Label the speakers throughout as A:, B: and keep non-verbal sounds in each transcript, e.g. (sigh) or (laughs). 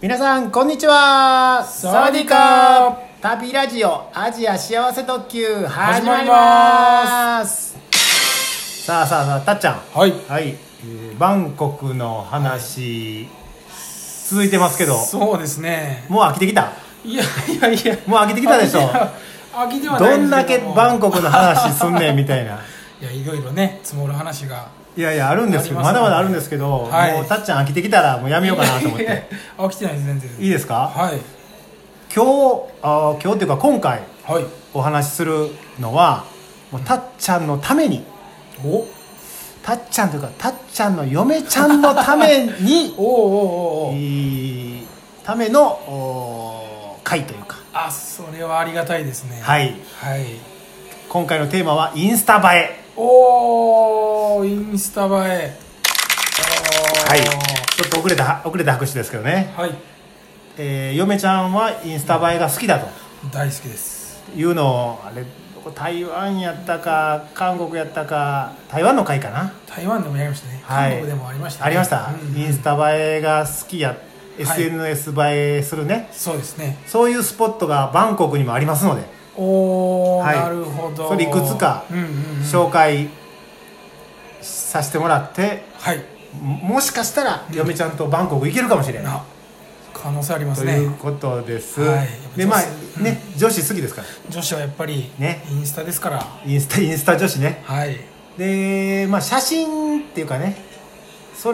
A: 皆さんこんにちは
B: サワディーカ
A: ー旅ラジオアジア幸せ特急始
B: 始
A: ま
B: ま
A: り
B: り
A: ま
B: ます
A: さあさあさあたっちゃん
B: はい
A: はい、えーバンコクの話、続いてますけど
B: そうですね
A: もう飽きてきた
B: いやいやいや
A: もう飽きてきたでしょ
B: 飽きてはな
A: ど
B: い
A: んだけバンコクの話すんねんみたいな
B: クいやいろいろね積もる話が
A: いやいやあるんですけど
B: あ
A: ま
B: りますね
A: だまだあるんですけど、
B: はい
A: もうたっちゃん飽きてきたらもうやめようかなと思っ
B: いやい
A: て
B: や飽きてないです全然
A: いいですか
B: はい
A: 今日あー今日っていうか今回
B: はい
A: お話しするのはもうたっちゃんのために
B: おおう
A: たっちゃんというかたっちゃんの嫁ちゃんのために
B: おうおうおう
A: いいためのおー会というか
B: あそれはありがたいですね
A: はいい
B: はい
A: 今回のテーマはインスタ映え
B: おーインスタ映え
A: はいちょっと遅れた遅れた拍手ですけどね、
B: はいはい
A: えー嫁ちゃんはインスタ映えが好きだと
B: 大好きです
A: いうのをあれどこ台湾やったか韓国やったか台湾の会かな
B: 台湾でもやりましたね
A: はい
B: 韓国でもありましたね
A: ありました、
B: うん
A: インスタ映えが好きや
B: い
A: SNS 映えするね、
B: そうですね
A: そういうスポットがバンコクにもありますので
B: おお、
A: はい
B: なるほど
A: それいくつか
B: うんうんうん、
A: 紹介させてもらって
B: はい
A: もしかしたら嫁ちゃんとバンコク行けるかもしれない、
B: な可能性あります
A: という
B: ね
A: ことです、
B: はい
A: でまあ
B: 女子
A: ね女子好きですから
B: 女子はやっぱり
A: ね
B: インスタですから、
A: インスタインスタ女子ね
B: はい
A: でまあ写真っていうかねそ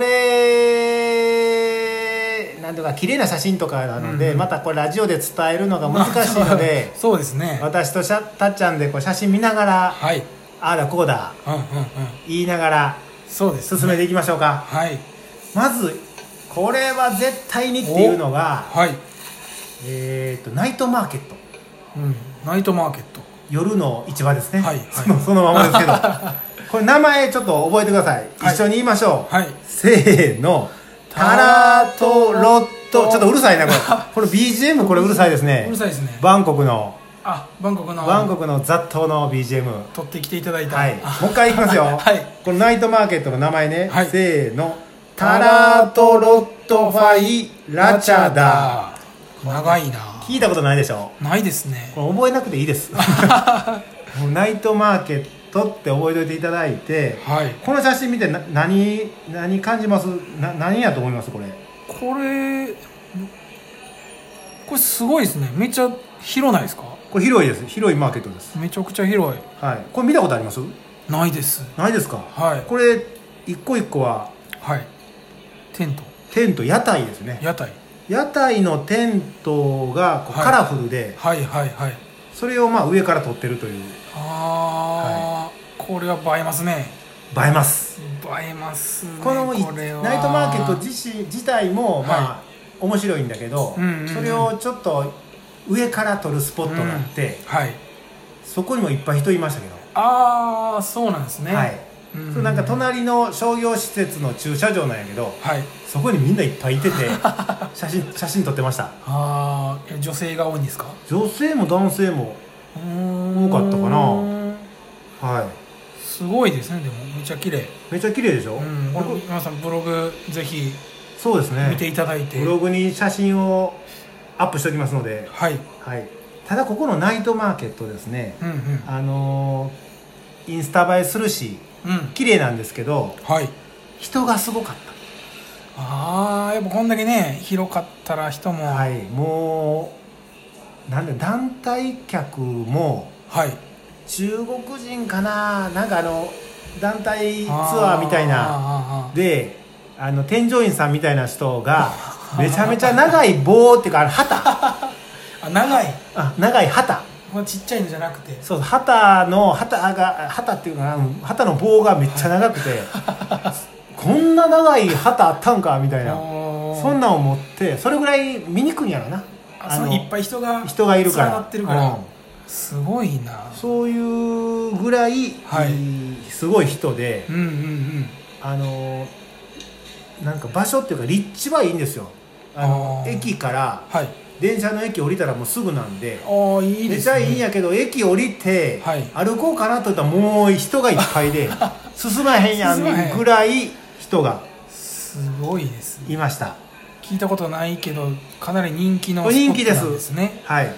A: れなんとか綺麗な写真とかなので、
B: うんうん
A: またこれラジオで伝えるのが難しいので、
B: まあ (laughs) そうですね
A: 私としゃたっちゃんでこう写真見ながら
B: はいうん
A: ああだこうだ
B: うんうん
A: 言いながら
B: そうです、ね、
A: 進めていきましょうか、
B: はい
A: まずこれは絶対にっていうのが
B: はい、
A: えっ、とナイトマーケット
B: うん、ナイトマーケット
A: 夜の市場ですね、
B: はいはい
A: そのそのままですけ
B: (laughs)
A: どこれ名前ちょっと覚えてください、
B: はい
A: 一緒に言いましょう、
B: はい
A: せーのタラトロットちょっとうるさいな
B: (laughs)
A: これこれ BGM これうるさいですね
B: うるさいですね
A: バンコクの
B: あバンコクの
A: バンコクの雑踏の BGM
B: 取ってきていただいた
A: はい、
B: あ
A: もう一回いきますよ、 (laughs)
B: はい
A: このナイトマーケットの名前ね、
B: はい
A: せーのタラトロットファイラチャダ
B: 長いな
A: 聞いたことないでしょ
B: ないですね
A: これ覚えなくていいです (laughs) もうナイトマーケットって覚えておいていただいて
B: はい
A: この写真見てな何何感じますな何やと思いますこれ
B: これこれすごいですねめっちゃ広ないですか
A: これ広いです広いマーケットです
B: めちゃくちゃ広い
A: はいこれ見たことあります
B: ないです
A: ないですか
B: はい
A: これ一個一個は
B: はいテント
A: テント屋台ですね
B: 屋台
A: 屋台のテントがこう
B: はい
A: カラフルで、
B: はいはいはい
A: それをまあ上から撮ってるという映
B: あー、これは映えますね
A: えます
B: 映えますね
A: このい
B: れは
A: ナイトマーケット自身自体もまあ、
B: は
A: 面白いんだけど、
B: うんうんうん
A: それをちょっと上から撮るスポットがあって、
B: はい
A: そこにもいっぱい人いましたけど、
B: ああそうなんですね
A: はい、
B: うん
A: それなんか隣の商業施設の駐車場なんやけど
B: はい
A: そこにみんないっぱいい
B: (laughs)
A: てて写真写真撮ってました
B: ああ女性が多いんですか
A: 女性も男性も
B: 多
A: 多かったかなは
B: すごいですねでもめっちゃ綺麗
A: いめっちゃ綺麗でしょ、
B: うん
A: これ
B: 皆さんブログぜひ
A: そうですね
B: 見ていただいて、
A: ブログに写真をアップしておきますので、
B: はい
A: はい、ただここのナイトマーケットですね、
B: うんうん
A: あのーインスタ映えするし
B: うん
A: 綺麗なんですけど
B: はい
A: 人がすごかっ
B: ああやっぱこんだけね広かったら人も
A: た、
B: はい、
A: はい、もうなんで団体客も中国人かななんかあの団体ツアーみたいな
B: な
A: であの添乗員さんみたいな人がめちゃめちゃ長い棒っていうかあの旗
B: あ長い
A: あ長い旗
B: このちっちゃいのじゃなくて
A: そう旗の旗が旗っていうかなうん旗の棒がめっちゃ長くて
B: (laughs)
A: こんな長い旗あったんかみたいなそ
B: そ
A: んなんを持ってそれぐらい見にくいんやろな
B: あそのいっぱい人が
A: 人がいるから
B: 連なってるから、
A: うん
B: すごいな
A: そういうぐらい、
B: はい
A: えーすごい人で
B: うんうんうん
A: あのなんか場所っていうか立地はいいんですよあの
B: あー
A: 駅から
B: はい
A: 電車の駅降りたらもうすぐなんで
B: ああいいで
A: めち
B: す
A: ゃ
B: ね
A: いいんやけど駅降りて
B: はい
A: 歩こうかなと思ったらもう人がいっぱ
B: (laughs)
A: いで進まへんや
B: 進まへ
A: ん
B: ん
A: ぐらい人が
B: すごいですね
A: いました
B: き聞いたことないけどかなり人気の
A: お
B: スポ
A: 人気
B: ット
A: です
B: なんですね
A: はい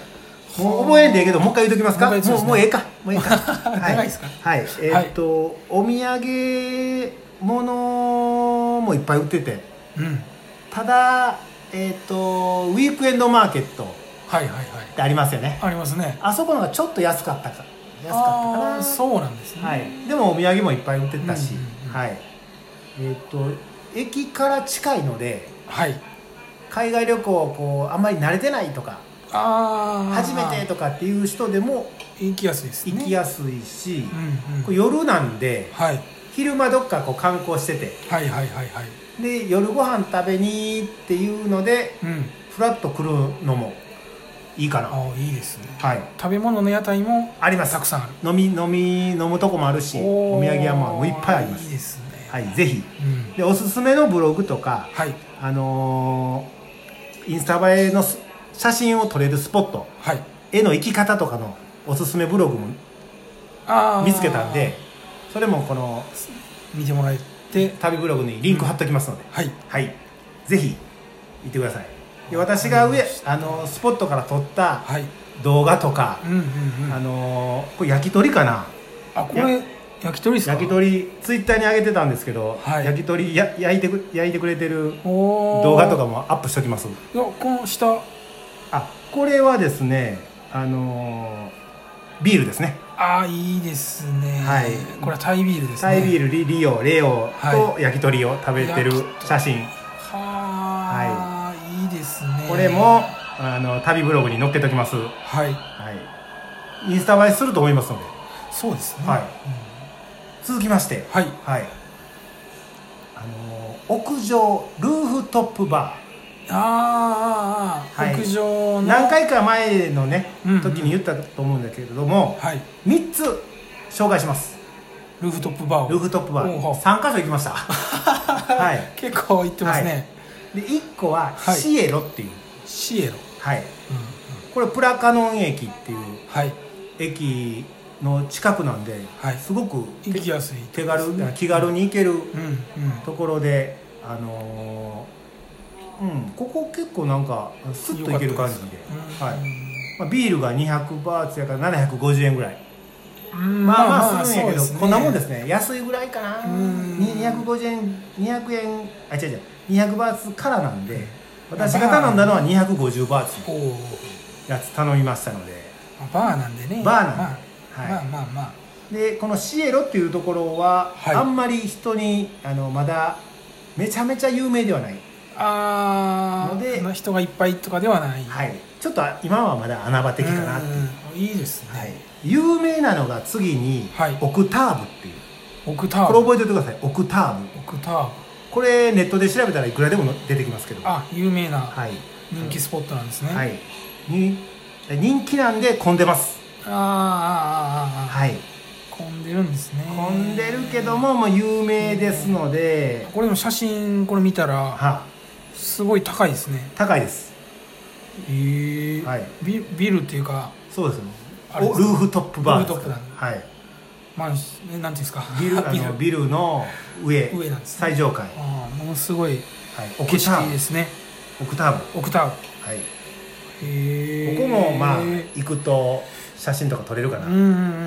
A: もう覚えんでええけどもう一回言うときますか
B: もう一回言
A: も
B: う
A: う
B: ときますね
A: もうええかもうええか
B: (laughs) 長いですか
A: はいえーっと、お土産物もいっぱい売ってて
B: うん
A: ただえーっとウィークエンドマーケットっ
B: はいはいはい
A: てありますよね
B: ありますね
A: あそこのがちょっと安かったか安かったか
B: ああー
A: な
B: そうなんですね
A: はい、でもお土産もいっぱい売ってたし、
B: うんうんうん
A: はいえーっと駅から近いので
B: はい
A: 海外旅行こうあんまり慣れてないとか
B: ああ
A: 初めてとかっていう人でも
B: 行きやすいですね
A: 行きやすいし、
B: うんうん
A: これ夜なんで
B: はい
A: 昼間どっかこう観光してて
B: はいはいはいはい
A: で夜ご飯食べにっていうので
B: うん
A: ふらっと来るのもいいかな
B: ああいいですね
A: はい
B: 食べ物の屋台も
A: あります
B: たくさんある
A: 飲み飲み飲むとこもあるしお土産屋もいっぱいありま
B: いい
A: す
B: ですね
A: はいぜひ
B: うん
A: でおすすめのブログとか
B: はい
A: あのーインスタ映えのす写真を撮れるスポット
B: はい
A: 絵の行き方とかのおすすめブログも
B: あー
A: 見つけたんでそれもこの
B: 見てもらえて
A: 旅ブログにリンク貼っときますので、
B: はい
A: はいぜひ行ってくださいで私が上あのスポットから撮った
B: はい
A: 動画とか
B: う、んうんうん
A: あのこれ焼き鳥かな
B: あこれ焼き鳥ですか
A: 焼き鳥ツイッターに上げてたんですけど、
B: はい
A: 焼き鳥や焼いてく焼いてくれてる
B: おー
A: 動画とかもアップしときます
B: いやこの下
A: あこれはですねあのービールですね
B: ああいいですね
A: はい
B: これはタイビールですね
A: タイビー
B: ル
A: ルリリオレオ
B: は
A: と焼き鳥を食べてる写真、
B: はあ、い、いですね
A: これもあの旅ブログに載っけときます
B: はい
A: はい、インスタ映えすると思いますので
B: そうですね
A: はい
B: うん
A: 続きまして
B: はい
A: はいあのー屋上ルーフトップバ
B: あーあーあー、
A: はい
B: 屋上の
A: ー何回か前のね、
B: うんうん
A: 時に言ったと思うんだけれども
B: はい
A: 3つ紹介します
B: ルーフトップバーを
A: ルーフトップバ
B: お
A: ー
B: うおう
A: 3箇所行き
B: (laughs)
A: ましたはい
B: 結構行ってますね、
A: で1個は
B: はい
A: シエロっていう、
B: シエロ、
A: はい
B: うんうん
A: これプラカノン駅っていう
B: はい
A: 駅の近くなんで、
B: はい
A: すごく
B: 行きやすい
A: 手軽気軽に行ける
B: うんうん
A: ところであのーうんここ結構なんかスッといける感じではいまあ、ビールが200バーツやから750円ぐらい
B: うん
A: まあまあするんやけど、
B: そうですね
A: こんなもんですね安いぐらいかな
B: うん
A: に250円200円あ違う違う200バーツからなんで私が頼んだのは250バーツ
B: お
A: の
B: お
A: やつ頼みましたので
B: バーなんでね
A: バーなんで
B: まあ
A: はい
B: まあまあまあ
A: でこのシエロっていうところは、
B: はい
A: あんまり人にあのまだめちゃめちゃ有名ではない
B: あー
A: ので
B: そんな人がいっぱいとかではない
A: はい、ちょっと今はまだ穴場的かなっていう、
B: うんいいですね、
A: はい、有名なのが次に、
B: はい
A: オクターブっていう
B: オクタ
A: これ
B: ーブ
A: 覚えておいてくださいオクターブ
B: オクターブ
A: これネットで調べたらいくらでも出てきますけどは、
B: あ有名ない人気スポットなんですね、
A: はい、に人気なんで混んでます
B: あーあーあーあー、
A: はい
B: 混んでるんですね
A: 混んでるけどももう有名ですので
B: これも写真これ見たら
A: は
B: すごい高いですね
A: 高いです
B: えー
A: はい
B: ビビルっていうか
A: そうですね
B: あれ
A: おルーフトップバーです
B: ルーフトップ
A: はい
B: まあなんていうんですか
A: ビルあのビルの上
B: 上なんですね
A: 最上階、はい、
B: あーものすごい
A: オ
B: 景
A: クタ
B: 色
A: ー
B: いい
A: ブ
B: ですね
A: オクターブ
B: オクター
A: はい
B: ブへえ
A: ここもまあ行くと写真とか撮れるかな、
B: うんうんう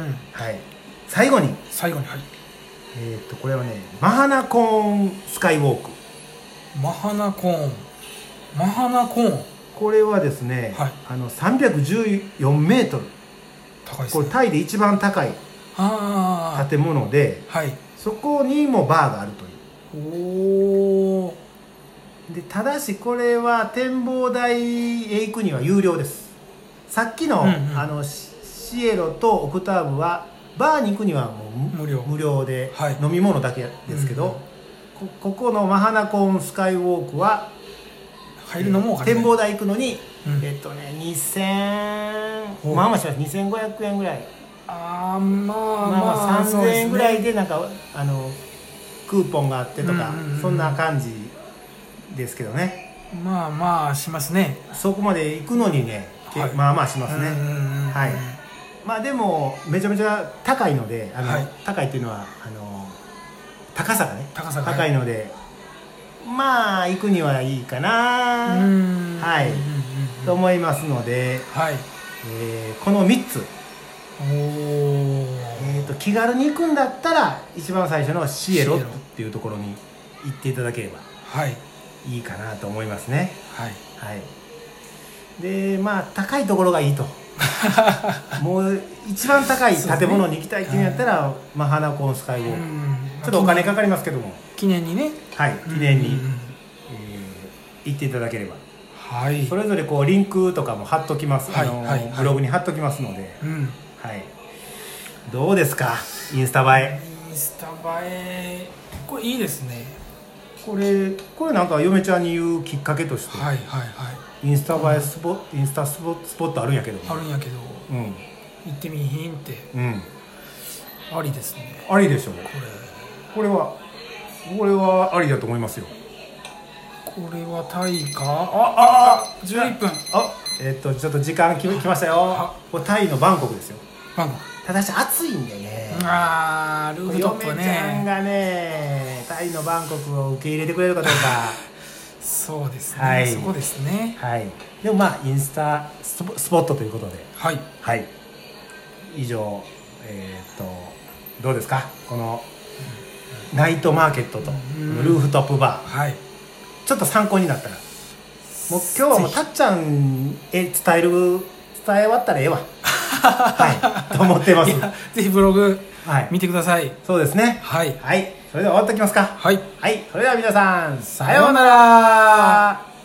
B: ん
A: はい最後に
B: 最後にはい
A: えっとこれはねマハナコーンスカイウォーク
B: マハナコーンマハナコーン
A: これはですね、
B: はい
A: あの314メートル
B: 高いです
A: これ
B: ね
A: タイで一番高い
B: あ
A: 建物で
B: あはい
A: そこにもバーがあるとい
B: おお
A: うでただしこれは展望台へ行くには有料ですさっきの,、
B: うんうん
A: あのシシエロとオクターブはバーに行くにはもう無
B: 無料
A: 無料で、
B: はい
A: 飲み物だけですけど、こここのマハナコーンスカイウォークは
B: 入るのもお金
A: 展望台行くのに、
B: うん
A: えっとね2000
B: ほう
A: まあまあします2500円ぐらい
B: ああまあ
A: まあまあ
B: そう
A: 3000
B: ですね
A: 円ぐらいでなんかあのクーポンがあってとか、
B: うんうんうん
A: そんな感じですけどね
B: まあまあしますね
A: そこまで行くのにね、け
B: はい
A: まあまあしますね、
B: うんうんうん
A: はいまあでもめちゃめちゃ高いのであの、
B: はい
A: 高いっていうのはあの高さがね
B: 高さがね
A: 高いのでまあ行くにはいいか
B: う
A: な、
B: ん
A: はい
B: うんうんうん
A: と思いますので、
B: はい
A: えーこの3つ、
B: おー
A: えー、と気軽に行くんだったら一番最初のシエロっていうところに行っていただければ
B: はい
A: いいかなと思いますね
B: はい
A: はいでまあ高いところが
B: (laughs)
A: いいともう一番高い建物に行きたいっていうんやったら、まあ、花子のスカイウォーク、
B: うん
A: ちょっとお金かかりますけども
B: 記念にね
A: はい記念に、
B: うんうんうん
A: えー行っていただければ
B: はい
A: それぞれこうリンクとかも貼っときます、
B: はい
A: あの
B: はいはい
A: ブログに貼っときますので、
B: うん
A: はい、どうですかインスタ映え
B: インスタ映えこれいいですね
A: これこれなんか嫁ちゃんに言うきっかけとして、
B: はいはいはい
A: インスタ映えスポインスタスポスポットあるんやけど
B: あるんやけど
A: うん
B: 行ってみいひんって
A: うん
B: ありですね
A: ありでしょう
B: こ
A: これはこれはありだと思いますよ
B: れこれはタイかああ11分
A: あえっとちょっと時間ききましたよ
B: あ
A: これタイのバンコクですよ
B: バンコ
A: ただし暑いんでね
B: クあールーフトップ
A: 嫁ちゃん
B: ね
A: がねタイのバンコクを受け入れてくれるかどうか
B: そうですね、
A: はい
B: そこです
A: (laughs)
B: ね
A: はいでもまあインスタスポスポットということで
B: はい
A: はい以上えーっとどうですかこのナイトマーケットと
B: ん
A: ルーフトップバ
B: はい
A: ーちょっと参考になったらもう今日はもう
B: ぜひ
A: たっちゃんへ伝える伝え終わったらええわはいと思ってます
B: いやぜひブログ
A: はい
B: 見てください
A: そうですね
B: はい
A: はいそれでは終わっておきますか
B: はい
A: はいそれでは皆さんさ
B: さ
A: よ
B: よ
A: う
B: う
A: な
B: な
A: ら
B: ら